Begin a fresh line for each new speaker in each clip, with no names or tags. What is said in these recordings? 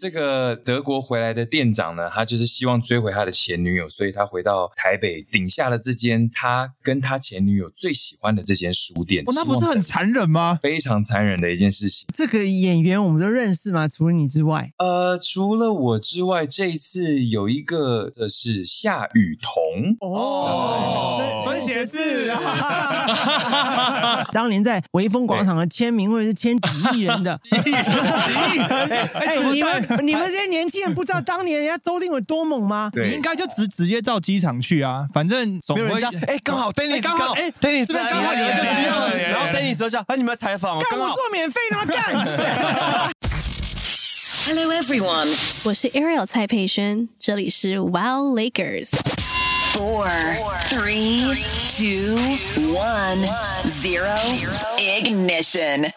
这个德国回来的店长呢，他就是希望追回他的前女友，所以他回到台北顶下了这间他跟他前女友最喜欢的这间书店。
哦，那不是很残忍吗？
非常残忍的一件事情。
这个演员我们都认识吗？除了你之外，
呃，除了我之外，这一次有一个的是夏雨桐，
哦
所以
孙协志
啊， 当年在维风广场的签名会是签几亿人的， 哎，你们你们这些年轻人不知道当年人家周定伟多猛吗？
对
你应该就直直接到机场去啊，反正总
没有人
会
家，哎，刚好 Dennis
刚好哎
Dennis
这边刚好有一个需要
来来来来来然后 Dennis 就讲，哎，你们来采访，
干
刚
我
好
做免费的吗？干！
Hello everyone.
我是 Ariel 蔡佩轩，这里是 Wild Lakers。
Four, three, two, one, zero. Ignition.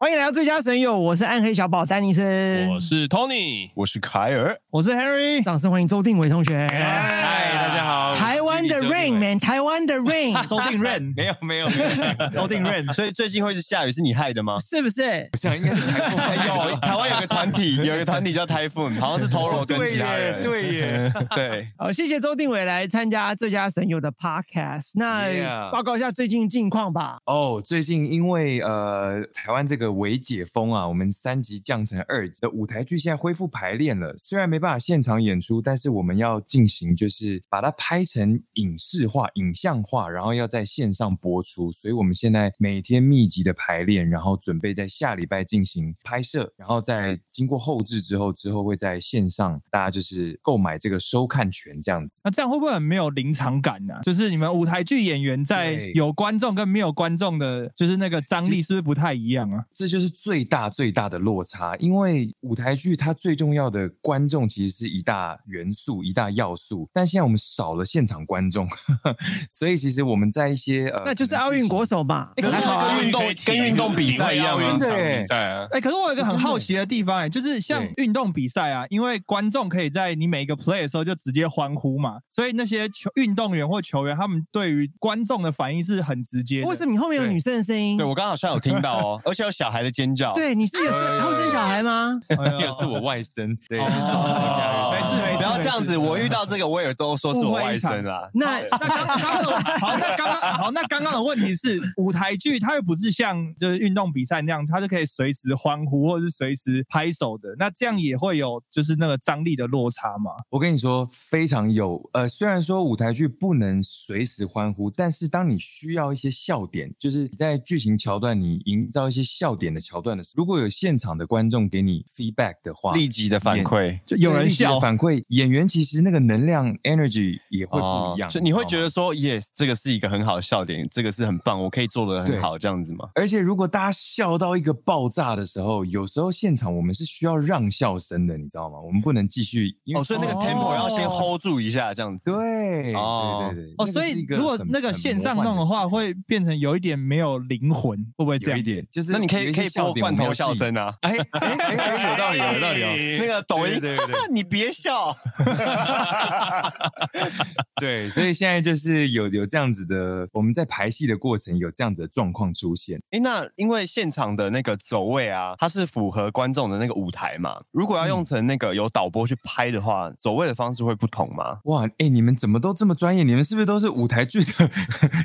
欢迎来到最佳神友，我是暗黑小宝丹尼
嗯
斯，
我是 Tony，
我是凯尔，
我是 Harry，
掌声欢迎周定伟同学。
嗨，大家好，
台湾的 Rain Man，台湾的 Rain
周定任，
没有没有没有，
周定任，
所以最近会是下雨，是你害的吗？
是不是？
我想应该是台风
哎 有台湾有个团 体，有一个团体叫 Typhoon，好像是 Toro 跟其他人。
对耶
对，
好，谢谢周定伟来参加最佳神友的 Podcast。那
Yeah
报告一下最近近况吧。
哦，最近因为呃台湾这个微解封啊，我们三级降成二级的舞台剧现在恢复排练了，虽然没办法现场演出，但是我们要进行就是把它拍成影视化、影像化，然后要在线上播出，所以我们现在每天密集的排练，然后准备在下礼拜进行拍摄，然后在经过后置之后，之后会在线上大家就是购买这个收看权这样子。
那这样会不会很没有临场感呢、就是你们舞台剧演员在
对
有观众跟没有观众的，就是那个张力是不是不太一样啊？
这就是最大最大的落差，因为舞台剧它最重要的观众其实是一大元素、一大要素，但现在我们少了现场观众， 所以其实我们在一些呃，
那就是
可能
奥
剧
运
情
国手吧。
还好啊
跟运动跟运动比赛一样啊
运
真
动
的耶
比赛啊。
哎、可是我有一个很好奇的地方、哎，就是像
对
运动比赛啊，因为观众可以在你每一个 play 的时候就直接欢呼嘛，所以那些球运动员或球员，他们对于观众的反应是很直接的。
为什么你后面有女生的声音
对？我刚好像有听到哦，而且有小孩的尖叫。
对，你是有生偷生小孩吗？
哎 呦
也是我外甥，对，
哦
是中国家人
哦，
没事没事
不要这样
没
子。
事
我遇到这个，我也都说是我外甥啦。
那
那刚刚的好，那刚刚好，那刚刚的问题是，舞台剧它又不是像就是运动比赛那样，它是可以随时欢呼或者是随时拍手的，那这样也会有就是那个张力的落差嘛？
我跟你说，非常有呃，虽然说舞台剧不能随时欢呼，但是当你需要一些笑点，就是你在剧情桥段你营造一些笑点的桥段的时候，如果有现场的观众给你 feedback 的话，
立即的反馈，
就有人
立即的
笑，
反馈，演员其实那个能量 energy 也会不一
哦
样，
就你
知道
会
吗
觉得说，yes，这个是一个很好的笑点，这个是很棒，我可以做的很好，这样子吗？
而且如果大家笑到一个爆炸的时候，有时候现场我们是需要让笑声的，你知道吗？我们不能继续，因为、
哦，所以那个
哦
tempo 要先 hold 住一下，这样子。
对、
哦
对对对，
哦，
那个
所
是
以
一个
如果
很
那个
很
线
魔
上
幻
弄的话，
事
会变成有一点没有灵魂，会不会这
有
样
一？点，就是
那你可
有
以
一
可
些
以
笑
播
点我
罐
们要
头
自己
笑声啊，
哎哎哎哎，有道理有道理哦。
那个抖音
对对对，
你别笑。
对，所以现在就是有有这样子的，我们在排戏的过程有这样子的状况出现。
哎，那因为现场的那个走位啊，它是符合观众的那个舞台嘛。如果要用成那个有导播去拍的话，
嗯
走位的方式会不同吗？
哇，哎、你们怎么都这么专业？你们是不是都是舞台剧的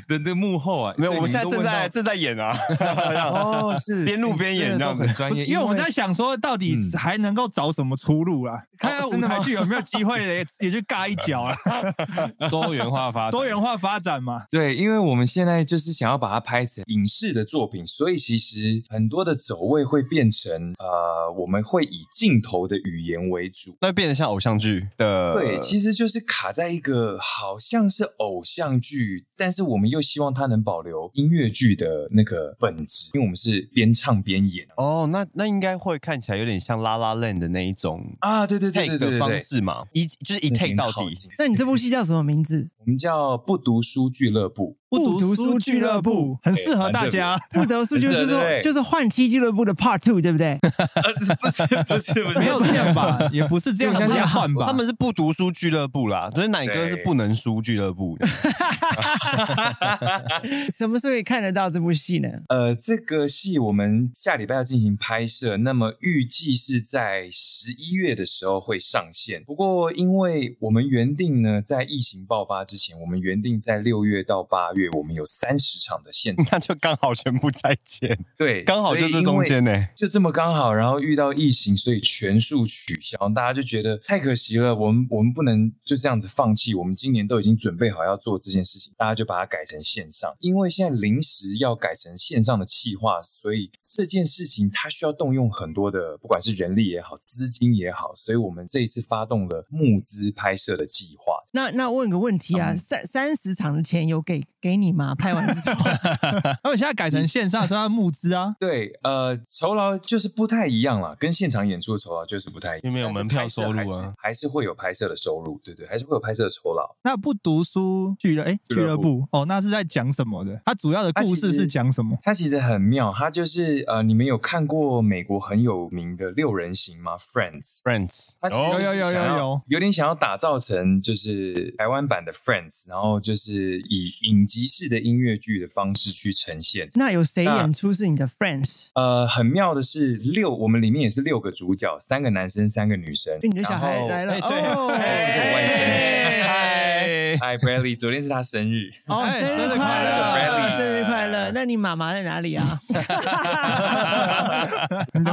的的幕后啊？
没有，
对
我们现在正在。正在演 啊。
你们都问到哦，是
边录边演
真的都
这样子
很专 业，
因为我们在想说，到底
嗯
还能够找什么出路啦？看看舞
真的
台
吗
剧有没有机会也也去尬一脚啊，
多元化发展
多元化发展嘛。
对，因为我们现在就是想要把它拍成影视的作品，所以其实很多的走位会变成呃，我们会以镜头的语言为主。
那变得像偶像剧的。
对，其实就是卡在一个好像是偶像剧，但是我们又希望它能保留音乐剧的那个本质，因为我们是边唱边演
哦，那那应该会看起来有点像拉拉链的那一种
啊。对对对对对
take 的
对嗯
方
对，
式嘛，一就是一 take 到底。
那你这部戏叫什么名字？
我们叫不读书俱乐部。
不读书俱乐部
很适合大家。
不得数据就
对对
是
对
就是换妻俱乐部的 Part Two，对不对？
呃不是不是不
没有这样吧，也不是这样啊
不是
加换吧。
他 们是不读书俱乐部啦，所以奶哥是不能输俱乐部。
什么时候可以看得到这部戏呢？
呃，这个戏我们下礼拜要进行拍摄，那么预计是在十一月的时候会上线。不过，因为我们原定呢，在疫情爆发之前，我们原定在六月到八月，我们有三十场的现场，
那就刚好全部再见，
对，
刚好就
所以
这
因
中
为
间呢、
就这么刚好，然后遇到疫情，所以全数取消，大家就觉得太可惜了。我们我们不能就这样子放弃，我们今年都已经准备好要做这件事情，大家就把它改成线上。因为现在临时要改成线上的企划，所以这件事情它需要动用很多的，不管是人力也好，资金也好，所以我们这一次发动了募资拍摄的计划。
那那问个问题啊，三三十场的钱有给给你吗？拍完之后，
他们现在改成线上，说要募资啊。
对，呃，酬劳就是不太一样啦，跟现场演出的酬劳就是不太一样，
因为有
但是
门票
拍摄
收入
还是
啊
还是会有拍摄的收入，对对，还是会有拍摄的酬劳。
那不读书俱乐哎
俱
俱
乐
乐部哦，那是在讲什么的？它主要的故事是讲什么？
它其实很妙，它就是呃，你们有看过美国很有名的六人行吗？Friends，
Friends，
它其实
有
就是
有有有
想要
有
有点想要打造成就是台湾版的 Friends，然后就是以影集式的音乐剧的方式去呈现。
那有谁
那
演出是你的 Friends？
呃，很妙的是六，我们里面也是六个主角，三个男生，三个女生。
你的小孩
然后
来了
哎对
哦，
哎外甥
哎
嗨，Bradley，昨天是他生日。
哦，
哎
生
生
日
日
快
快
乐，
乐
生日快乐！那你妈妈在哪里啊？好，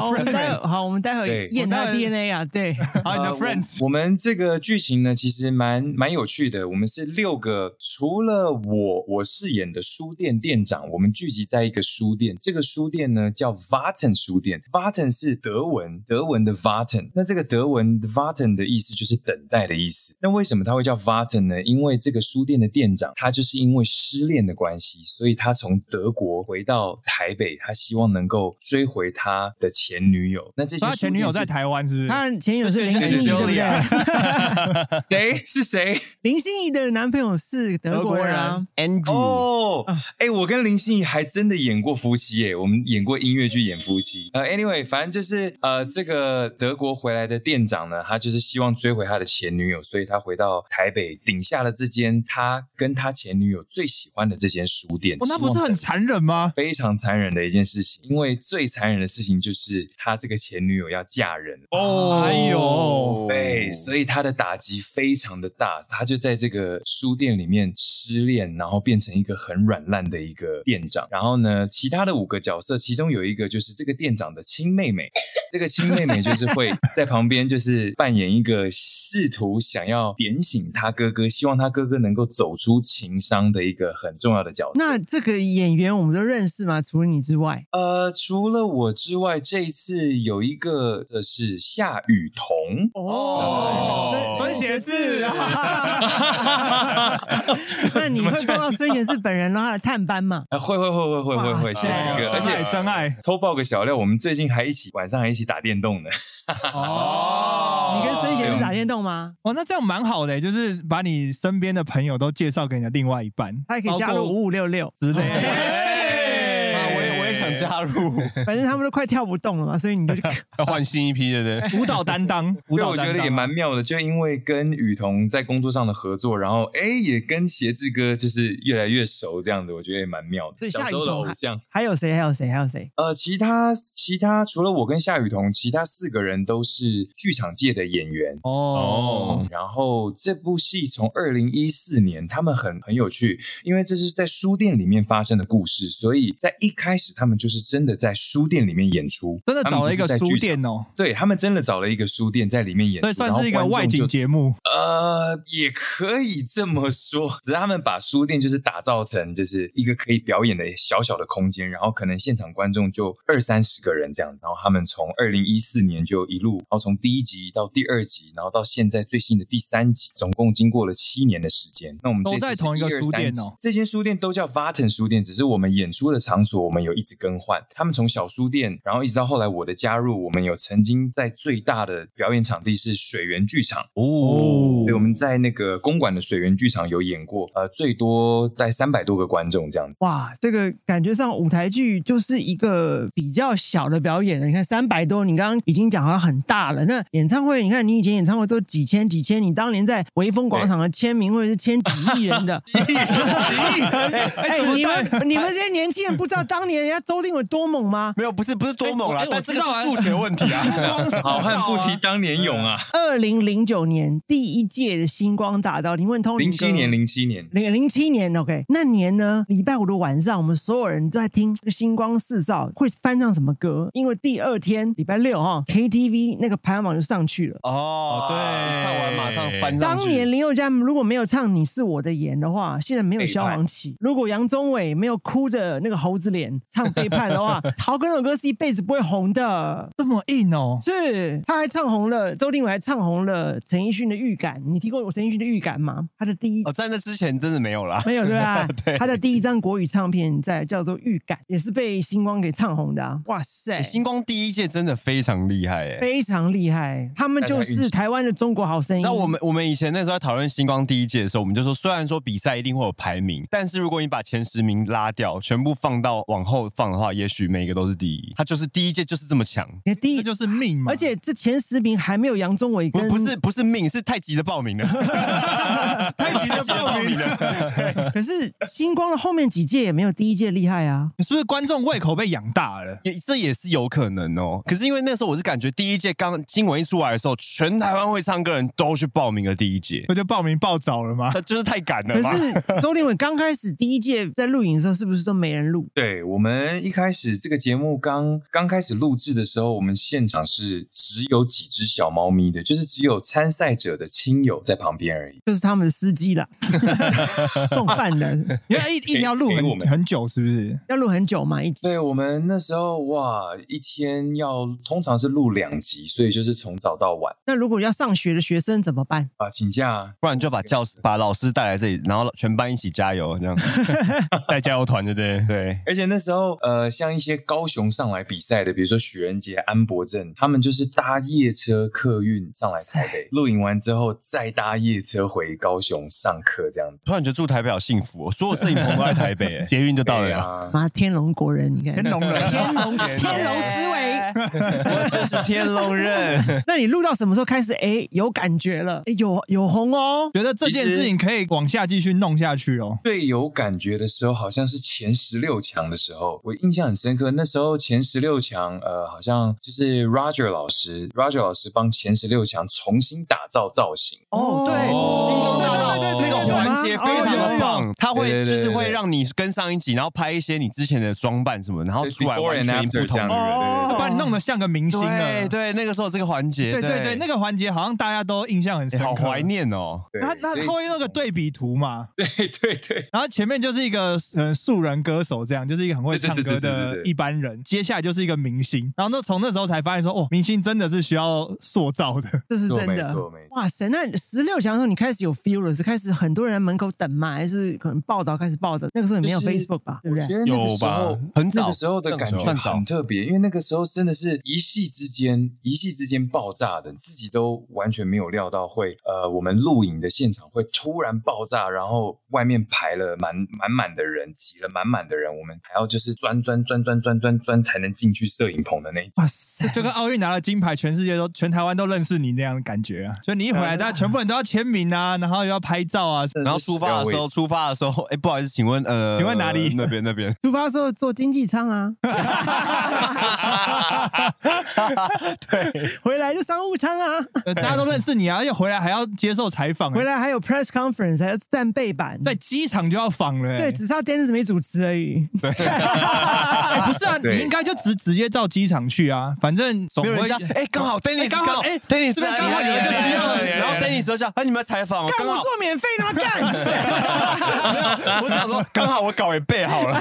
我们待会好，我们待会
对
验
我
她
待会
DNA 啊，对，
好，你的
呃
friends
我。我们这个剧情呢，其实蛮蛮有趣的。我们是六个，除了我我饰演的书店店长，我们聚集在一个书店。这个书店呢叫 Vaten 书店，Vaten 是德文，德文的 Vaten。那这个德文的 Vaten 的意思就是等待的意思。那为什么它会叫 Vaten 呢？因为这个书店的店长，他就是因为失恋的关系，所以他从德国回到台北，他希望能够追回他的前女友。那这些
所以他前女友在台湾嗯是不是？
她前女友是林心怡，对不对？
谁 是谁？
林心怡的男朋友是德国人
德国
啊，
Andrew，
哦，
啊
哎、我跟林心怡还真的演过夫妻耶，我们演过音乐剧演夫妻。呃，anyway，反正就是呃，这个德国回来的店长呢，他就是希望追回他的前女友，所以他回到台北顶下了这间他跟他前女友最喜欢的这间书店。
哦，那不是很残忍吗？
非常残忍的一件事情，因为最残忍的事情就是他这个前女友要嫁人了。
哦，哎呦，
对，所以他的打击非常的大，他就在这个书店里面失恋，然后变成一个很软烂的一个店长。然后呢，其他的五个角色，其中有一个就是这个店长的亲妹妹，这个亲妹妹就是 会在旁边就是扮演一个试图想要点醒他哥哥，希望他哥哥能够走出情伤的一个很重要的角色。
那这个演员我们都认识吗？除了你之外，
呃，除了我之外，这一次有一个的是夏雨桐，
哦
孙
孙贤
贤志
志
啊。 那你会碰到孙贤志本人，然后来探班吗？
啊，会会会会会会
哇
会，这
塞
几个，而
哦真
且
爱真爱
偷爆个小料，我们最近还一起晚上还一起打电动呢。
哦哎
你跟孙贤
贤
志
志
打电动吗？
哦，那这样蛮好的，就是把你身边的朋友都介绍给你的另外一半，哦
他也可以加入
包括
五五六六，
之类
哎
的。
啊，我也我也想加入，
反正他们都快跳不动了嘛，所以你就去
要换新一批对不对？
舞蹈担 当，舞
所以
蹈
我觉
担
得
当
也
啊
蛮妙的，就因为跟雨桐在工作上的合作，然后哎，也跟鞋志哥就是越来越熟，这样子，我觉得也蛮妙的。
对
小
夏雨
时候的
桐
偶
啊
像。
还有谁？还有谁？还有谁？
呃，其他其他除了我跟夏雨桐，其他四个人都是剧场界的演员。
哦
嗯，然后这部戏从二零一四年，他们很很有趣，因为这是在书店里面发生的故事，所以在一开始他们就是真的在书店里面演出，
真的
他们
找
不
了
是
一个
在
书
剧
店哦，
场，对他们真的找了一个书店在里面演出，
所以算
然后
是一个
观众
外景
就
节目。
呃，也可以这么说， 只是他们把书店就是打造成就是一个可以表演的小小的空间，然后可能现场观众就二三十个人这样，然后他们从二零一四年就一路，然后从第一集到第二集，然后到现在最新的第三集，总共经过了七年的时间。那我们
都
这次
在
是
同一个
1
书店哦
2 3集这间书店都叫 Vaten 书店，只是我们演出的场所我们有一直更更换。他们从小书店，然后一直到后来我的加入，我们有曾经在最大的表演场地是水源剧场。
哦
对，我们在那个公馆的水源剧场有演过，呃，最多在三百多个观众这样子。
哇，这个感觉上舞台剧就是一个比较小的表演了。你看三百多，你刚刚已经讲好像很大了。那演唱会，你看你以前演唱会都几千几千，你当年在微风广场的签名会是签几亿人的。 哎，你们你们这些年轻人不知道当年人家周定有多猛吗？
没有，不是不是多猛啦
哎，我
但
哎
这
我知道
个
啊
是数学问题啊。
好汉不提当年勇啊！
二零零九年第一届的星光大道，你问通
零七年，零七年，
零零七年，OK，那年呢，礼拜五的晚上，我们所有人都在听这个《星光四少》会翻唱什么歌，因为第二天礼拜六哈、KTV 那个排行榜就上去了。
哦
哦对
唱完马上翻上去。
当年林宥嘉如果没有唱《你是我的眼》的话，现在没有
背叛
萧煌奇；如果杨宗纬没有哭着那个猴子脸唱《背叛》的 话，陶喆那首歌是一辈子不会红的。
这么硬哦，
是，他还唱红了，周定伟还唱红了陈奕迅的《预感》，你听过我陈奕迅的《预感》吗？他的第一
哦，在那之前真的没有啦。
没有对吧
对？
他的第一张国语唱片在叫做《预感》，也是被星光给唱红的啊！哇塞，
星光第一届真的非常厉害哎。
非常厉害，他们就是台湾的中国好声音。
那我们我们以前那时候在讨论星光第一届的时候，我们就说，虽然说比赛一定会有排名，但是如果你把前十名拉掉，全部放到往后放的话，也许每一个都是第一。他就是第一届就是这么强，
你的第
这
一，
就是命嘛。
而且这前十名还没有杨宗纬
不
跟
不是不是命，是太急着报 名了，太急着报名了。
可是星光的后面几届也没有第一届厉害 啊。
是不是观众胃口被养大了？
也 这也是有可能哦。可是因为那时候我是感觉第一届刚新闻一出来的时候，全台湾会唱歌人都去报名了第一届，
那就报名报早了吗？
那就是太赶了
可
吧？
是周定伟刚开始第一届在录影的时候，是不是都没人录？
对我们一开始这个节目刚刚开始录制的时候，我们现场是只有几只小猫咪的，就是只有参赛者的亲友在旁边而已。
就是他们的司机啦， 送饭 的，
因为一一定要
哎
录
给我
很
们
很久，是不是？
要录很久嘛，一集。
对我们那时候哇，一天要通常是录两集，所以就是从早到晚
那如果要上学的学生怎么办？
啊，请假。
不然就把教室把老师带来这里，然后全班一起加油这样。
带加油团，对不对？
对，
而且那时候，呃，像一些高雄上来比赛的，比如说许仁杰、安博正，他们就是搭夜车客运上来台北，录影完之后再搭夜车回高雄上课，这样子。
突然觉得住台北好幸福哦，所有摄影棚都在台北哎。
捷运就到了
对
啦。
啊，
妈，天龙国人，你 看，
天龙人，
天龙天龙思维。
我就是天龙人，
那你录到什么时候开始？哎，有感觉了，哎，有有红哦。
觉得这件事情可以往下继续弄下去哦。
最有感觉的时候，好像是前十六强的时候，我印象很深刻。那时候前十六强，呃，好像就是 Roger 老师，Roger 老师帮前十六强重新打造造型。
哦
对，
哦
星光大道
对对对对对
这个哦环节非常的棒，它
对
会
对对
就是
对
会
对
让你跟上一集，然后拍一些你之前的装扮什么，然后
对
哦出来
before
完
and
全
after
不
这
同
样
的
子
人。
哦
啊
把你弄得像个明星了。
对对，那个时候这个环节，
对对对，那个环节好像大家都印象很
哎
深刻，
好怀。念哦。
对
他
所
那
以
后面那个对比图嘛，
对对对，
然后前面就是一个呃素人歌手，这样就是一个很会唱歌
对对对对
的
对对
一般人，接下来就是一个明星，然后那从那时候才发现说，哦，明星真的是需要塑 造的。
这是
没错
真
没
的
错没。错
哇塞，那十六强的时候你开始有 feel 了，是开始很多人在门口等吗？还是可能报道开始报道？那个时候也没有
就是
Facebook 吧，对
我
不
觉
对？
得那个
有
时
吧
候
很早
那个时候的感觉
算早
很特别，因为那个时候真的是一夕之间，一夕之间爆炸的，自己都完全没有料到会，呃，我们录影的现场会突然爆炸，然后外面排了满满满的人，挤了满满的人，我们还要就是钻钻钻钻钻钻钻才能进去摄影棚的那一种。
哇塞，
就跟奥运拿了金牌，全世界都全台湾都认识你那样的感觉啊！所以你一回来，大家全部人都要签名啊，然后又要拍照 啊，
然后出发的时候，出发的时候，哎，不好意思，请问呃，
请问哪里
那边那边。
出发的时候坐经济舱啊，
对，
回来就商务舱啊，
呃大家都认识你啊，而且回来还要接受采访、啊
回来还有 press conference，还要站背板。
嗯在机场就要访了、欸。
对，只差 Dennis 没主持而已。
哎不是啊，
对
你应该就直直接到机场去啊，反正总
没有人
会
哦
家哎，刚好 Dennis
哎刚好哎
，Dennis
这边刚好有一个需要的
然后
对对
在你舌下，啊，你们来采访哦，
干
刚
我
好
做免费的吗？ 干，
没有，我想说刚好我稿也背好了，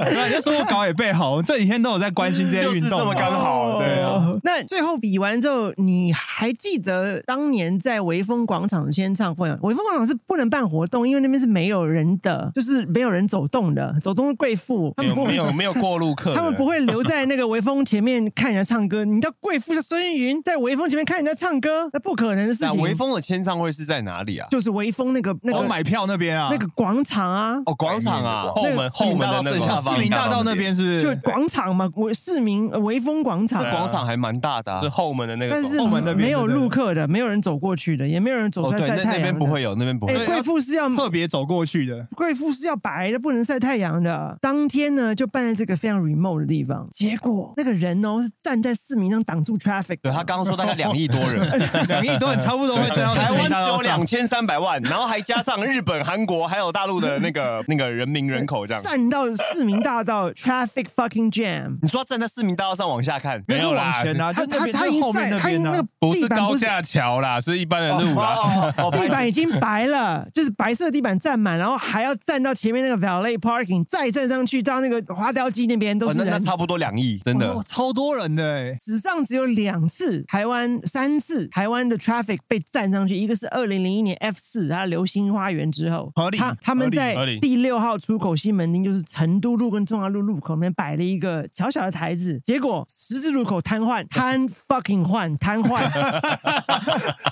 对，啊就说我稿也背好，我这几天都有在关心这些
就
运
是
动嘛。
这么刚好，对啊。
哦。那最后比完之后，你还记得当年在微风广场的签唱会吗？微风广场是不能办活动，因为那边是没有人的，就是没有人走动的，走动是贵妇，他
没
们
有
不
没
会。
有没有过路客的，
他们不会留在那个微风前面看人家唱歌，你知道贵妇像孙云在微风前面看人家唱歌，那不可能的事
那
情。
微风的签唱会是在哪里啊？
就是微风那个那
我
个
买票那边啊，
那个广场啊，
哦，广场啊，
后门后门的那
正
个
下
市
方
民大道那边是不是？
就广场嘛，微市民呃微风广场。
广场还蛮大的啊
是，后门的那个
但
广，
是
后门那边
没有
对对对
路客的，没有人走过去的，也没有人走
哦
出来
对，那
晒太
那
阳的。
边不会有，那边不会
哎，
有。
贵妇是要
特别走过去的，
贵妇是要白的，不能晒太阳的。当天呢，就办在这个非常 remote 的地方。结果那个人哦，是站在市民上挡住 traffic 的。
对他刚刚说大概两亿多
哎
人，
两亿多人差不多会站到
台
市
湾
民 大
只
道
有
上
两千三百万，然后还加上日本、韩国还有大陆的那 个那个人民人口这样。
站到市民大道 traffic fucking jam。
你说站在市民大道上往下看，
没有啦
往，前啊，
他
就那
他
边
他已
就
经
后面
晒，
那
他已
边啊
经那个
不
地
是
板
高
不是
架桥啦，是一般的路啦。
哦哦哦
地板
哦
已经白了， 就是白色地板占满，然后还要站到前面那个 valet parking，再站上去到那个花雕鸡那边都
哦
是
那那
人。
差不多两亿，真的
哦。超多人的欸，
史上只有两次，台湾三次台湾的 traffic 被占上去，一个是二零零一年 F 四它流星花园之后，
合理
他他们在
合理合理
第六号出口西门町，就是成都路跟中华路路口那边摆了一个小小的台子，结果十字路口瘫痪，瘫 fucking 换瘫痪，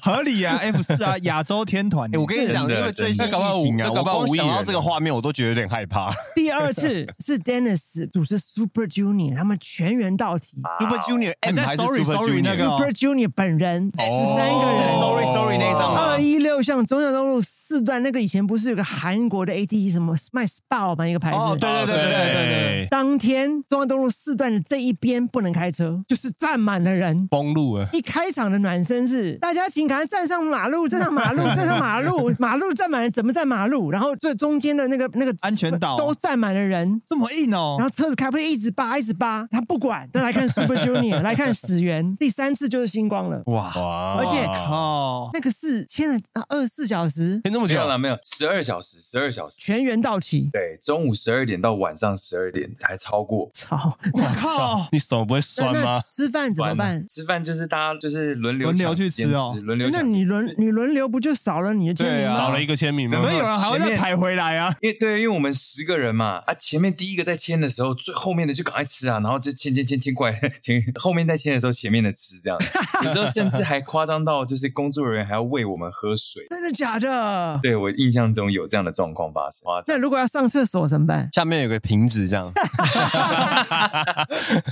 合理啊，F 四啊，亚洲天团
哎，，我跟你讲，
真的
因为最新
真的搞不好
疫情啊，
五
我
搞不好
光
五亿
想到
人
这个画面，我都觉得有点害怕。
第二次是 Dennis 主持 Super Junior，他们全员到齐。
Super Junior
哎
M
在
还是
Sorry
Super
Sorry 那
Junior？
个哦
Super Junior 本人十三
哦
个人。
Sorry Sorry 那一张
二
吗？
一六巷中正东路四段那个以前不是有个韩国的 AT 什么卖 SPA 吗？一个牌子。
哦，对对对对对对对。
对，
当天中正东路四段的这一边不能开车，就是站满了人。
封路啊了，
一开场的暖身是大家请赶快站上马路，站 上马路，站上马路，马路站满了，怎么站马路？然后最中间的那个那个
安全岛
都站满了人。
这么硬哦
然，后车子开不一直扒，一直扒，他不管，他来看 Super Junior，来看始源，第三次就是星光了。
哇，
哇
而且
哦，
那个是签了啊二十四小时，
天这么
没
久啊
有，了，没有，十二小时，十二小时。
全员到 齐，
对，中午十二点到晚上十二点还超过。
操！
我靠，你手不会酸
那
吗？
吃饭怎么办？
吃饭就是大家就是轮流
轮流
抢
去
先
吃哦
轮流
那
抢
你轮你轮流不就少了你的签
对
名
啊
吗？
少了一个签名吗？
所以有人还会再
前面
排回来啊，
因为对，因为我们十个人嘛，啊，前面第一个在签的时候，最后面的就赶快吃啊，然后就签签签签过来，前后面在签的时候，前面的吃这样，有时候甚至还夸张到就是工作人员还要喂我们喝水。
真的假的？
对我印象中有这样的状况发生，夸张
那如果要上厕所怎么办？
下面有个瓶子这 样。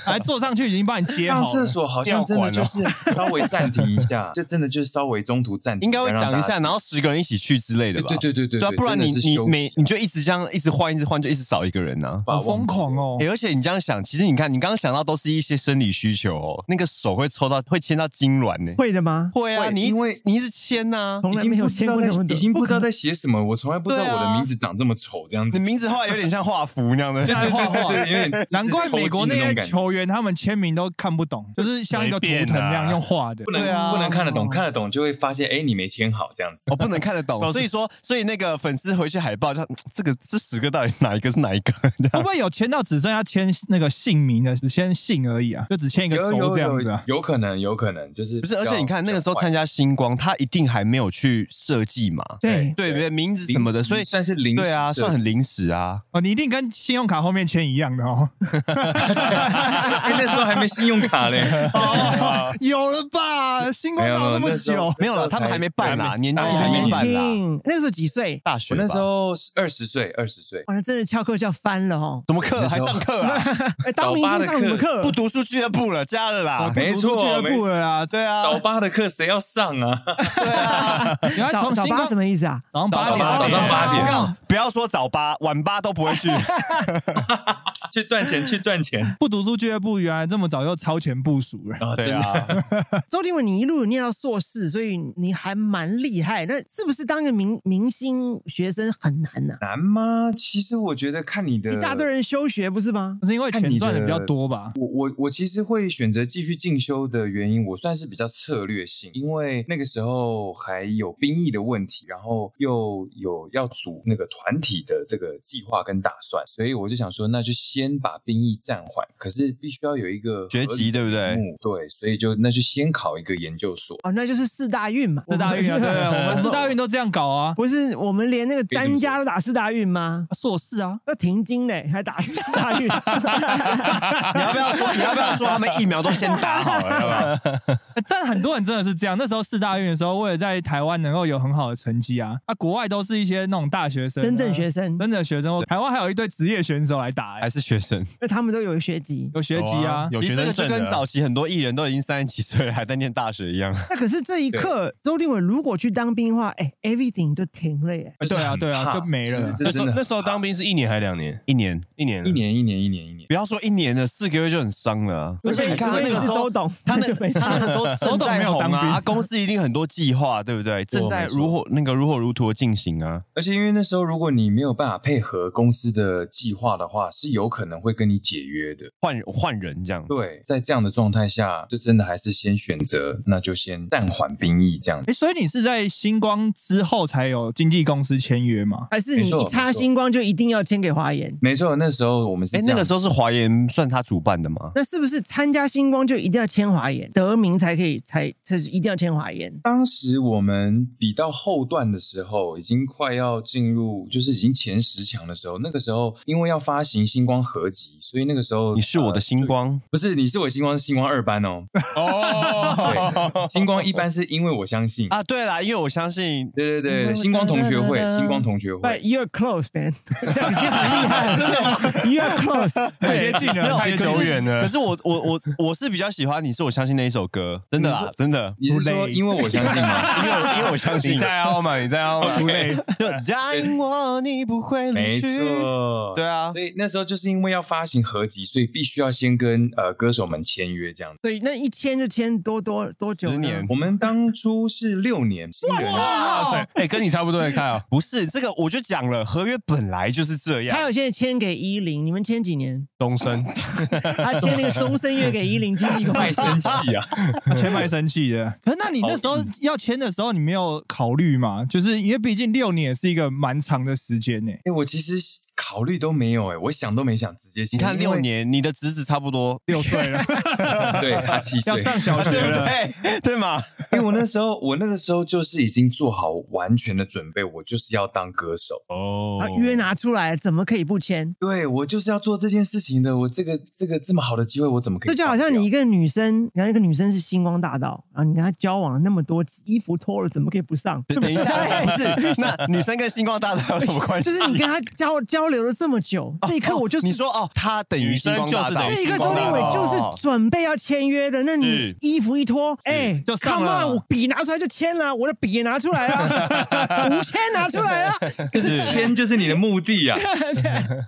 还坐上去已经帮你接
上
好了
厕。所好像真的就是稍微暂停一下，就真的就是稍微中途暂停，
应该会讲一下，
然
然后十个人一起去之类的
对
吧？
对对对对，
对啊，不然你
真的是
你
休息
每你就一直这样一直换一直换，就一直少一个人呐、
把
好疯狂哦！
哎，而且你这样想，其实你看你刚刚想到都是一些生理需求哦，那个手会抽到会牵到痉挛呢。
会的吗？
会啊，
会
你一直
因为
你一直牵呐、
从
已
来
经
没有
不知
签
道
过那
在
么多，
已经不知道
可
在写什么，我从来不知道
对啊
我的名字长这么丑这样
你
子。
名字后来有点像画符那样 的啊画画。
对，有 点
难怪美国那
抽筋的
些
感觉
球员他们签名都看不懂，就是像一个图腾那样用画的
不。能、
对啊
不能看得懂，看得懂就会发现，哎，你没签好这样 子。
我哦不能看得懂，所以说，所以那个粉丝回去海报，他这个这十个到底哪一个是 哪一个？这
啊会
样
不会有签到只剩下签那个姓名的，只签姓而已啊？就只签一个州这样子啊？
有可能，有可能就是
不
不
是，而且你看那个时候参加星光，他一定还没有去设计嘛，
对
对对，
对
名字什么的，所以
算是临时
对啊，
设计
算很临时啊。
哦，你一定跟信用卡后面签一样的哦。
哎那时候还没信用卡 嘞，
哦，有了吧？星光岛那么
没有没
久
有，
没有了，他们还没办啦，年纪
还没
还没
年
办啦，
轻，那个时候几岁？
大学
我
吧
那时候二十岁，二十岁。
哇，那真的翘课翘翻了哦！
怎么课还上课啊？
哎，当明星上什么课？
不读书俱乐部了，加了啦。
没错
不足俱乐部了啊。
对啊，
早八的课谁要上啊？
你要
早
从
早
星
八
光
什么意思啊？
早上八
早
点，
八
啊
早上八点
不要说早八，晚八都不会去。
去赚钱，去赚钱。
不读书俱乐部原来这么早就超前部署了。
啊，真
对
的，
啊，
周定伟，你一路念到硕士，所以你还蛮厉害。那是不是当个明明星学生很难呢、
难吗？其实我觉得看你的
一大堆人休学不是吗？
是因为钱赚的比较多吧？
我我我其实会选择继续进修的原因，我算是比较策略性，因为那个时候还有兵役的问题，然后又有要组那个团体的这个计划跟打算，所以我就想说，那就先把兵役暂缓，可是必须要有一个
学籍对不对
合理的题目对，所以就那就先考一个研究所。
哦，那就是四大运嘛。
四大运啊，对对，我们四大运都这样搞啊。
不是我们连那个詹家都打四大运吗？
硕士啊，
要停经嘞，还打四大运？
你要不要说？你要不要说他们疫苗都先打好了，要不要？
欸但很多人真的是这样。那时候四大运的时候，为了在台湾能够有很好的成绩啊，啊，国外都是一些那种大学生、 啊
真正学生，
真的学生，台湾还有一堆职业选手来打、
还
欸，
是学生？
那他们都有学籍。
有学籍啊。
有
你
学
这
生
个就
证
跟
的
早期很多艺人都已经三十几岁了，还在念大学一样。
那可是这一刻，周定伟如果去当兵的话，哎，everything 就停了耶。
对啊，对啊，
怕
就没了。
这
那时
真
候
的
那时候当兵是一年还两年？
一年，
一年
一年一年一年一年
不，要说一年了，四个月就很伤了啊。
而且你看，你是周董，
他 那
就没
他那个时候正在
周董没有
红
当兵
啊，他公司一定很多计划，对不对？正在如火那个如火如荼的进行啊。
而且因为那时候如果你没有办法配合公司的计划的话，是有可能会跟你解约的。
换换人这样。
对，在这样的状态下，就真的还是先选择，那就先暂缓兵役这样。
哎、所以你是在星光之后才有经纪公司签约吗？
还是你
没错
一擦
没错
星光就一定要签给华研？
没错，那时候我们是
哎，
这
那
样
个时候是华研算他主办的吗？
那是不是参加星光就一定要签华研，得名才可以才才一定要签华研？
当时我们比到后段的时候，已经快要进入，就是已经前十强的时候。那个时候，因为要发行星光合集，所以那个时候
你是我的星
呃
光，
不是你是我星光，是星光二班哦。
哦，
星光一班是因为我相信
啊！对啦，因为我相信
对对对，星光同学会，星光同学会
But。you're close, man，这 样已经很厉害了。you're close，
太接近了，太久远了
可。是我我我我是比较喜欢你是我相信那一首歌，真的
你
啦
说，
真的。
你是说因为我相信吗？
因为我因为我相信
你，在凹嘛？你在凹嘛？
就答应我你不会
没
离去。
错，
对啊
所以那时候就是因为要发行合集，所以必须要先跟呃歌手们签约这样子。
所以那一签就签多多多久呢？
十年
我们当初是六年，哇
哇塞，哎，跟你差不多的看哦。
不是这个，我就讲了，合约本来就是这
他
样。
有现在签给依林，你们签几年？
终身，
他签那个终身约给依林经纪公
太
司。
生气啊！
签卖身契的。可是那你那时候要签的时候，你没有考虑吗？就是因为毕竟六年也是一个蛮长的时间呢、
哎、我其实考虑都没有、哎，我想都没想，直接
你
签。
看六
因为，
年，你的侄子差不多
六岁了，
对他七岁
要，上小学
对不
了。
对？对嘛？
因为我那时候，我那个时候就是已经做好完全的准备，我就是要当歌手，
哦
啊，约拿出来，怎么可以不签？
对我就是要做这件事情的。我这个这个这么好的机会，我怎么可以
这
放
就
掉？
好像你一个女生，然后一个女生是星光大道，然后你跟她交往了那么多次，衣服脱了，怎么可以不上？是不
等一
是？
下，不是，那女生跟星光大道有什么关系？
就是你跟她交交流了这么久，这一刻我就是
你说哦，他等于
女生
星光
就是
大道
等于
这一个
星
周
光
定
大
伟
道
就是准备要签约的，那你
是
衣服一脱，哎，
就上
come
了
on，我笔拿出来就签了，我的笔也拿出来啊，无签拿出来啊，
可是签就是你的目的啊，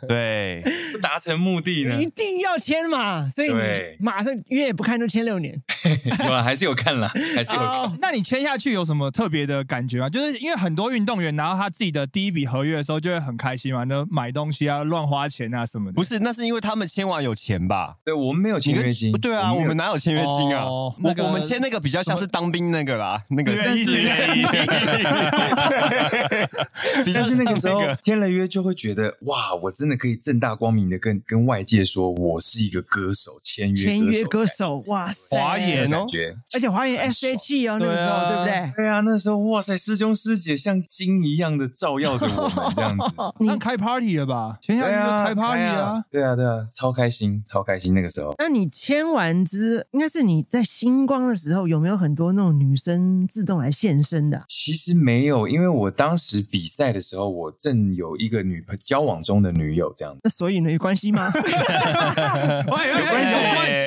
对，
不达成目的呢
一？定要签嘛，所以你
啊对
马上约也不看就签六年，
有啊，还是有看啦，还是有看。
哦
那你签下去有什么特别的感觉吗？就是因为很多运动员拿到他自己的第一笔合约的时候，就会很开心嘛，那买东西啊、乱花钱啊什么的。
不是，那是因为他们签完有钱吧？
对，我们没有签
你跟
约金。
对啊，我
没有
们哪有签约金啊？
哦
我
那个
我们签那个比较像是当兵那个啦，那个
愿意自
哎
愿意
比较
但是那个时候
像
签了约，就会觉得哇，我真的可以正大光明的跟跟外界说我是一个歌手，签约
签约歌
歌手
手，哇塞，
华
的
研
感
哦，
觉。
而且华研 S H E 哦，那个时候
对啊
对不对？
对啊，那时候哇塞，师兄师姐像金一样的照耀着我们这样子。
那开 party 了吧？签下去
对
就
啊，
开 party
开
啊。！
对啊，对啊，超开心，超开心那个时候。
那你签完之，应该是你在星光的时候，有没有很多那种女生自动来现身的啊？
其实没有，因为我当时比赛的时候，我正有一个女朋交往中的女友这样子。
那所以呢，有关系吗？
喂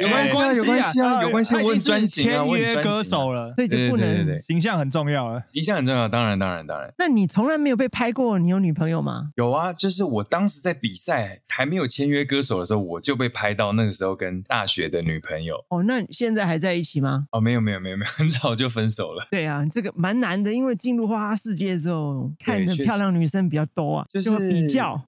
有关系有关系啊有关系啊有关系啊
哎他已经
我很专
是
情啊
签
我很
约
专情啊
歌手了，
所以就
对对
不
对
能
对对
形象很重重要了。
影响很重要，当然，当然，当然。
那你从来没有被拍过，你有女朋友吗？
有啊，就是我当时在比赛还没有签约歌手的时候，我就被拍到那个时候跟大学的女朋友。
哦，那现在还在一起吗？
哦，没有没有没有没有， 很早就分手了。
对啊，这个蛮难的，因为进入花花世界之后，看的
确实
漂亮女生比较多啊，
就是
会比较。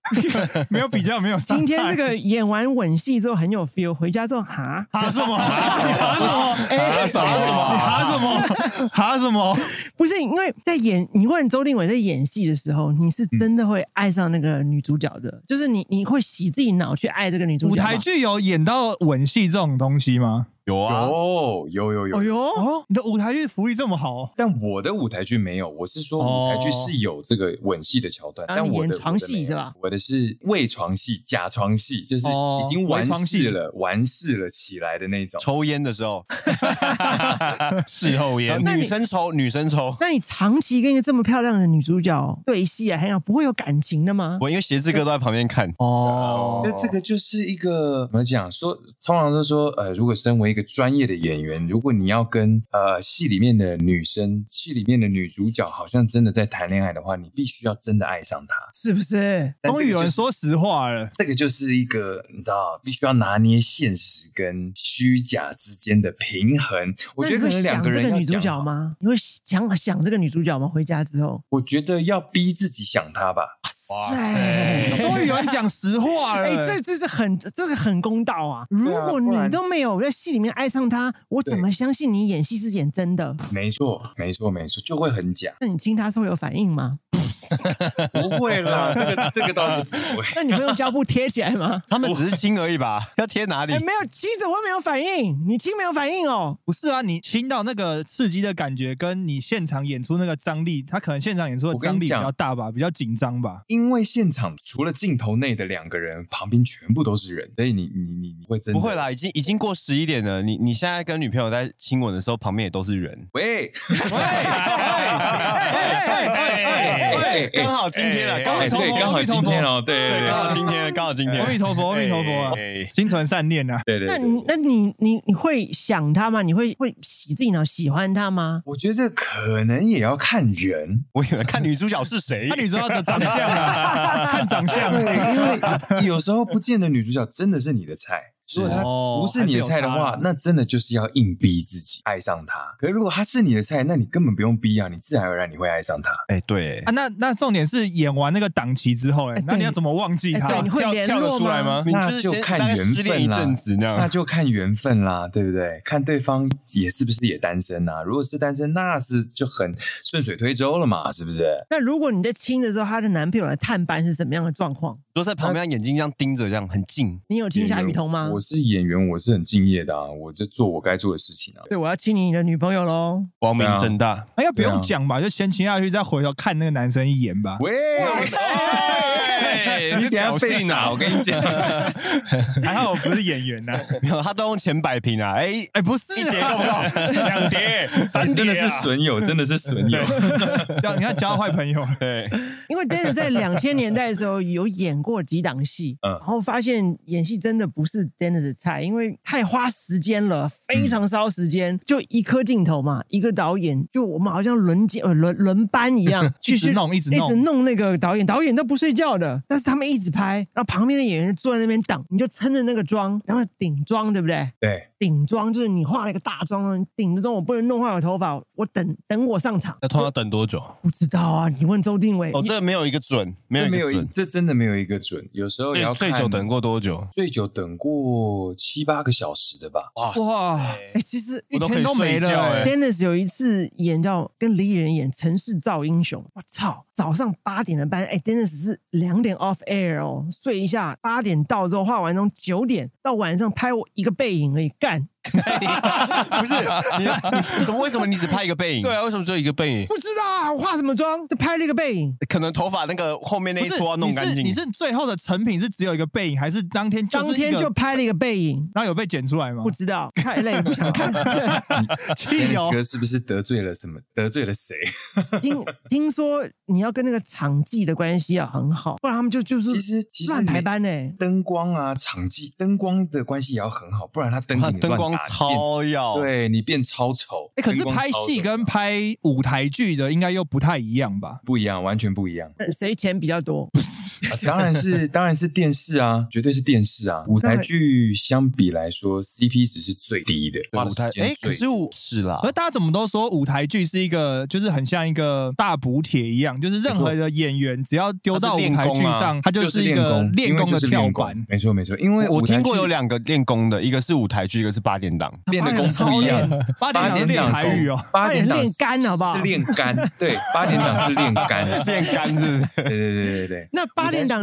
没有比较，没有伤害。
今天这个演完吻戏之后很有 feel，回家之后 哈，
哈什么？哈什么？
哎，什么？
哈什么？哈什么？
不是因为在演，你问周定伟在演戏的时候，你是
嗯
真的会爱上那个女主角的，就是你你会洗自己脑去爱这个女主角吗。
舞台剧有演到吻戏这种东西吗？
有啊，
有有有有。
哦哟，
哦，你的舞台剧福利这么好哦，
但我的舞台剧没有，我是说舞台剧是有这个吻戏的桥段，
然后
但
哦啊你
我的
演床戏
我的没有
是吧？
我的是伪床戏、假床戏，就是
哦
已经完
伪床戏
事了、完事了起来的那种。
抽烟的时候，
事后烟。
女生抽，女生抽。
那你长期跟一个这么漂亮的女主角对戏啊，还有不会有感情的吗？
我因为鞋子哥都在旁边看，？
哦
那这个就是一个怎么讲？说通常都说，呃，如果身为一个专业的演员，如果你要跟呃戏里面的女生、戏里面的女主角好像真的在谈恋爱的话，你必须要真的爱上她。
是不是？
但
终
这
于
个
有
就
人
是
说实话了。
这个就是一个你知道，必须要拿捏现实跟虚假之间的平衡。我觉得
那你会
两
想
个
这
人
个
要
女主
讲啊
角吗？你会想想这个女主角吗？回家之后，
我觉得要逼自己想她吧。
哇 塞！
终于有人讲实话了。
哎、这这是很这个很公道啊！如
啊
果
不
你
然
都没有在戏里面爱上她，我怎
对
么相信你演戏是演真的？。
没错，没错，没错，就会很假
那你亲她是会有反应吗？
不会啦，这个这个倒是不会。
那你会用胶布贴起来吗
他们只是亲而已吧？要贴哪里
哎、？没有亲怎么会没有反应？你亲没有反应 哦。
不是啊，你听到那个刺激的感觉，跟你现场演出那个张力，他可能现场演出的
我跟
张
你
力比
讲
较大吧，比较紧张吧。
因为现场除了镜头内的两个人，旁边全部都是人，所以你你你你会真的
不会。啦，已经已经过十一点了。你你现在跟女朋友在亲吻的时候，旁边也都是人。
喂，
哎
哎
刚好今天了，
哎
刚好
哎
今
对，
天
刚好今天哦，对
对，
对
刚好今天，刚好今
阿
哎
弥
天。哎
陀佛，阿弥陀佛啊，
哎
心存善念啊。
对对
那
对
你
对。
那你你你会想她吗？你会会洗自己脑喜欢她吗？
我觉得这可能也要看人，
我以为看女主角是谁
那，你说的长相啊，看长相
对，
啊。
因为有时候不见得女主角真的是你的菜。如果她
哦
不是你的菜的
还是有
话
差，
那真的就是要硬逼自己爱上她。可是如果她是你的菜，那你根本不用逼啊，你自然而然你会爱上她。
哎，对
啊，，那那重点是演完那个档期之后，哎
哎，
那
对
你要怎么忘记他
哎？对你会
跳
联
跳
络
得出来吗？
你
那
就是
就
先
看
大概
缘
失恋一
分啦
阵子那
那
样。
就看缘分啦， 对不对？看对方也是不是也单身啊呐、如果是单身，那是就很顺水推舟了嘛，是不是？
那如果你在亲的时候，她的男朋友来探班是什么样的状况？
都在旁边，眼睛这样盯着，这样很近。
你有亲夏雨桐吗
我？是演员，我是很敬业的啊，我就做我该做的事情啊。
对，我要亲你的女朋友喽。
光明正大，
哎呀，不
对
用
啊
讲吧，就先亲下去，再回头看那个男生一眼吧。
喂，
哎
你等下被打，我跟你讲，
还好我不是演员呐。
没有，他都用前百平啊。哎哎，不是，一叠够不够？两叠，三
啊
叠，
真的是。损友，真的是损友。
要你要交坏朋友，
对，
因为 Dennis 在两千年代的时候有演过几档戏，
嗯
然后发现演戏真的不是 Dennis 的菜，因为太花时间了，非常烧时间，就一颗镜头嘛，一个导演，就我们好像轮接呃轮轮班一样，去
一直
去
弄一直弄
一直弄那个导演，导演都不睡觉的，但是他们一直拍，然后旁边的演员坐在那边等，你就撑着那个妆，然后顶妆，对不对？
对，
顶妆就是你化了一个大妆，顶着妆我不能弄坏我头发，我等等我上场，
那通常等多久？
不知道啊，你问周定伟，
哦，这个没有一个准，没有
这
一
没
个
有一，
准。
这真的没有一个准，有时候也要
最
哎
最
看
久哎等，过多久？
最久等过七八个小时的吧。哇，
哇，
哎、其实
一
我都可以
天都没
睡觉
了。
哎
哎
Dennis 有一次演叫跟李仁演《城市造英雄》，我操，早上八点的班，哎，Dennis 是两点 off air 哦，睡一下，八点到之后化完妆，九点到晚上拍我一个背影而已，干，
不是你，怎么为什么你只拍一个背影？
对啊，为什么只有一个背影？
不知道啊，哇，我化什么妆？就拍了一个背影。
哎
可能头发那个后面那
不
一
是
撮要弄干净。
你是你是最后的成品是只有一个背影，还是当天就是一
当
个
天就拍了一个背影，
然后有被剪出来吗
哦
不？知道太累不想 看。
气哦
Dennis 哥是不是得罪了什么？得罪了谁？
听听说你要跟那个场记的关系要很好，不然他们就就是
其实其实
乱排班呢、
灯光啊，场记灯光的关系也要很好，不然他灯给
哇
你
灯
乱
光
打
超
变
要，
对你变超丑。
哎，可是
灯光
拍
超
戏
丑
跟拍舞台剧的应该又不太一样吧？
不一样，完全不一样。
那谁钱比较多？
啊当然是当然是电视啊，绝对是电视啊。舞台剧相比来说，CP 值是最低的，花的
舞台
时间
哎，可
最
是我啊是啦
而，大家怎么都说舞台剧是一个，就是很像一个大补帖一样，就是任何的演员只要丢到舞台剧上，他就
就是
一个练
功因为
功的
就是
跳
练功
板。
没错没错，因为
我
舞台
听过
剧
有两个练功的，一个是舞台剧，一个是八点 档。
练的功不一样。
八点档是练台语哦，
八点档
练肝好不好
是练肝，对，八点档是练肝，
练干是不是
对对对对对。
那八点档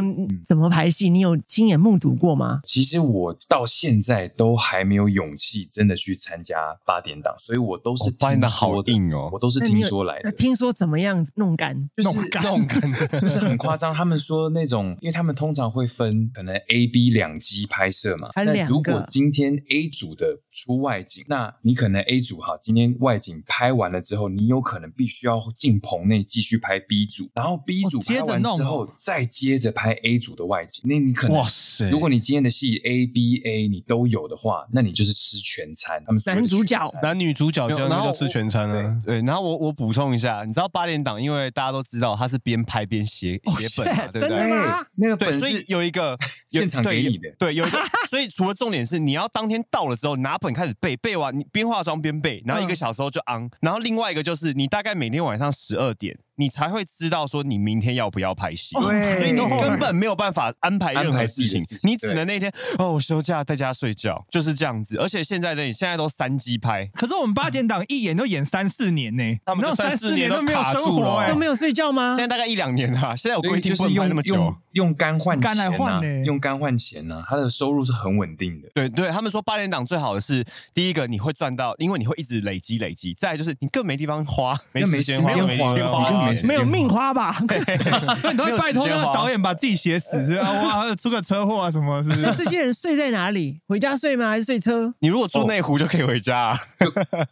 怎么排戏？你有亲眼目睹过吗？
其实我到现在都还没有勇气真的去参加八点档，所以 我都是
哦八点档
听说
好
的
硬哦
我都是
那你
听
有
说来的
那。听说怎么样弄干？
就是
弄干，
就是 很夸张。他们说那种，因为他们通常会分可能 A、B 两机拍摄嘛。
还
那
两个
如果今天 A 组的出外景，那你可能 A 组哈，今天外景拍完了之后，你有可能必须要进棚内继续拍 B 组，然后 B 组
哦接
拍
着
完
弄
之后、再接着拍 A 组的外景，那你可能
哇塞！
如果你今天的戏 A、B、A 你都有的话，那你就是吃全餐。他们所谓的
男主角
全餐
男女主角这样
然后
就吃全餐啊了。
对，然后我我补充一下，你知道八点档，因为大家都知道他是边拍边写
哦
写本嘛，对不
真
对
的？吗？
那个
对，
本
所以
是
有一个有
现场给你的
对，有对有一个，所以除了重点是你要当天到了之后拿本开始背，背完你边化妆边背，然后一
嗯
个小时后就昂、然后另外一个就是你大概每天晚上十二点，你才会知道说你明天要不要拍戏，
对
所以你根本没有办法安排任
安排
何事情
自己的事，情
你只能那天哦我休假在家睡觉，就是这样子。而且现在的你现在都三机拍，
可是我们八点档一演都演三四年呢，
他们
那
就
三
三
四
四
年
年
都没有生
都卡住
活
了
哎
都，没有睡觉吗
现？在大概一两年啦，现在有
所
规
以
定
就
不
是
能拍
用
那么久
用。用肝换
干
钱
来
啊，
换呢
用肝换钱呢、他的收入是很稳定的。
对对，他们说八点档最好的是第一个你会赚到，因为你会一直累积累积，再来就是你更没地方花，
更没
时
时
花，
间
没
花
时间
了
花
更没
钱
时间
没有命 花吧？
所以你都会拜托那个导演把自己写死，是吧啊哇出个车祸啊什么，是 不
那
是？
这些人睡在哪里？回家睡吗？还是睡车？
你如果
哦
住内湖就可以回家、 啊，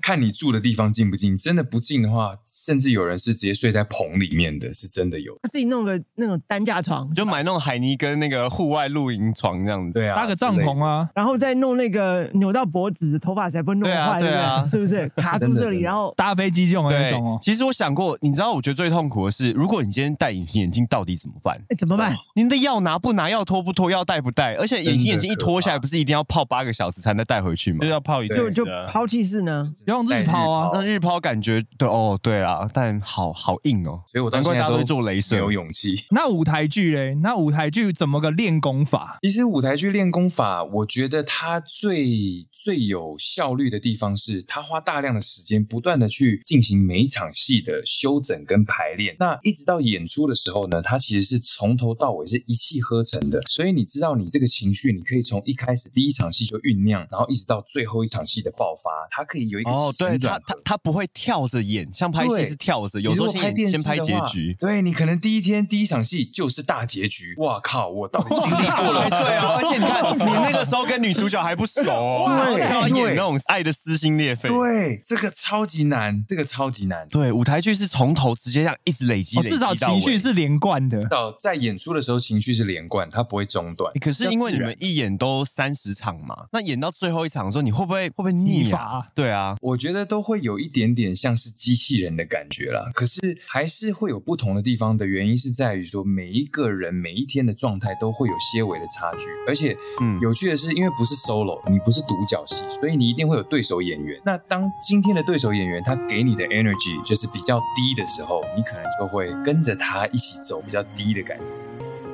看你住的地方近不近，真的不近的话，甚至有人是直接睡在棚里面的，是真的有。
他自己弄个那种担架床
你，就买那种海泥跟那个户外露营床这样子。
对啊，
搭个帐篷啊，
然后再弄那个扭到脖子，头发才不会弄
对啊
坏，对
对啊
不对？是不是卡住
真的
这里，
真的
然后
搭飞机这种的那
对
种哦，
其实我想过，你知道，我觉得最痛苦的是，如果你今天戴隐形眼镜，到底怎么办？
哎怎么办？
您的药拿不拿，药脱不脱，药戴不戴？而且隐形眼镜一脱下来，不是一定要泡八个小时才能戴回去吗
就？要泡一阵
就
子
就
啊，
抛弃式呢？
用日抛啊，
那日抛感觉对哦，对啊，但好好硬哦，
所以我到
难
现
怪
在
大家
都
都做镭射
没有勇气。
那舞台剧嘞？那舞台剧怎么个练功法？
其实舞台剧练功法，我觉得它最最有效率的地方是，它花大量的时间不断的去进行每一场戏的修整跟排练。那一直到演出的时候呢，它其实是从头到尾是一气呵成的。所以你知道你这个情绪，你可以从一开始第一场戏就酝酿，然后一直到最后一场戏的爆发，它可以有一个
哦，
起承
对他
转合
他。他不会跳着演，像拍戏
对
是跳着，有时候
你如果拍
先
电视
先拍
的
结
话
局。
对你可能第一天第一场戏就是大结局，哇靠！我到底经历过 了
对啊，而且你看，你那个时候跟女主角还不熟哦，
哇
然后
对
要演
对
那种爱的撕心裂肺。
对，这个超级难，这个超级难。
对，舞台剧是从头直接这样一直累积，
哦
累积
至少
到
情绪
尾
是连贯的。
到在演出的时候情绪是连贯，它不会中断
欸。可是因为你们一演都三十场嘛，那演到最后一场的时候，你会不会会不会腻
疲
啊
乏？
对啊，
我觉得都会有一点点像是机器人的感觉啦，可是还是会有不同的地方的原因是在于说每一个人每一天的状态都会有些微的差距，而且
嗯
有趣的是，因为不是 solo，你不是独角戏，所以你一定会有对手演员。那当今天的对手演员他给你的 energy 就是比较低的时候，你可能就会跟着他一起走比较低的感觉。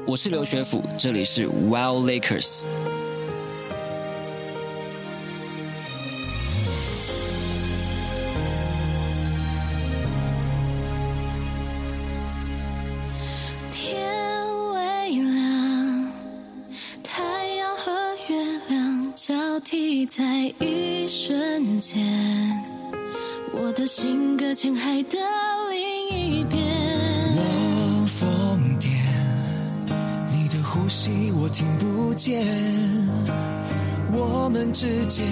我是刘学府，这里是 Wow Lakers。
天微亮，太阳和月亮交替在一瞬间，我的心搁浅海的另一边。我听不见，我们之间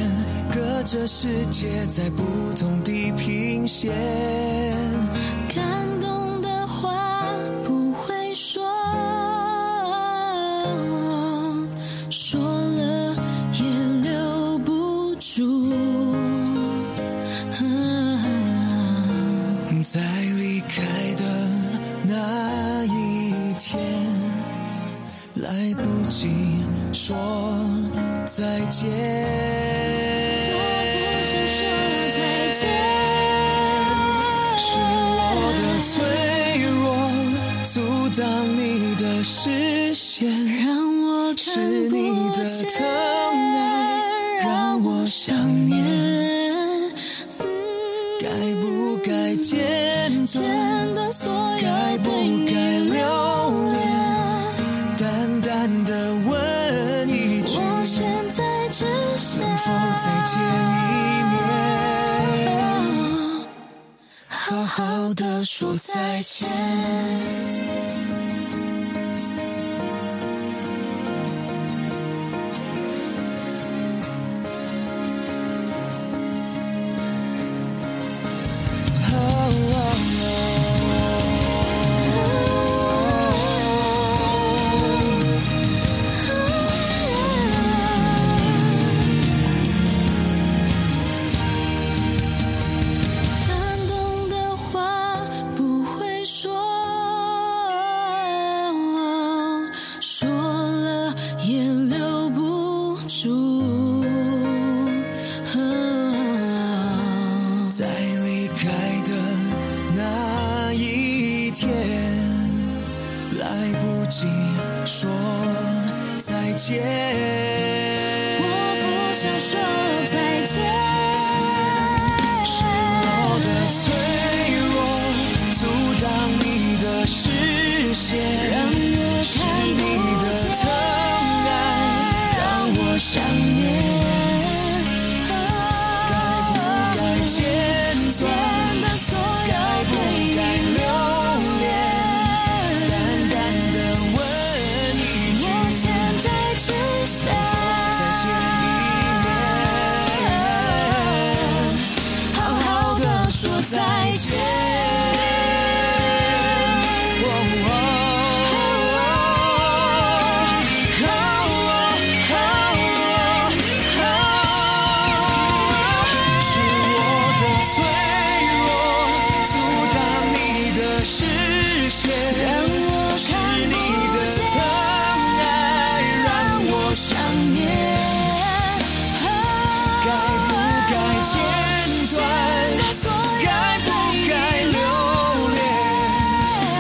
隔着世界，在不同地平线。
感动的话不会说，说了也留不住。啊
在离开的那一天，来不及说再见。
我不想说再见，
是我的脆弱阻挡你的视线，
让我看
是你
不
的
见，
疼爱让我想念。该不该简单？
间的所有
该不
对你
该留恋？淡淡的问一句，
我现在只想
能否再见一面？
好好的说再见。感动的话不会说，说了也留不住。啊
在离开的那一天，来不及说再见。
我不想说再见，
是我的脆弱阻挡你的视线，是你的疼爱让我想念。该不该简单？该不该留恋？淡淡的问一句，
我现在只想
再见一面。
好好的说再见。
是我的脆弱阻挡你的视线，是你的疼爱让我想念。该不该简短？该不该留恋？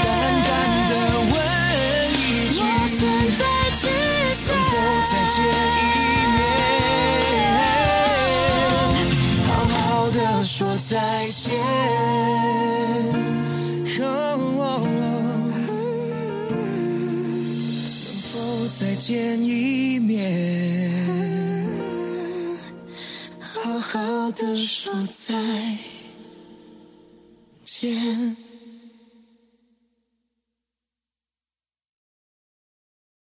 淡淡的问一句，
我现在只想
能否再见一面？好好的说再见。
嗯
能否再见一面？好好的说再见。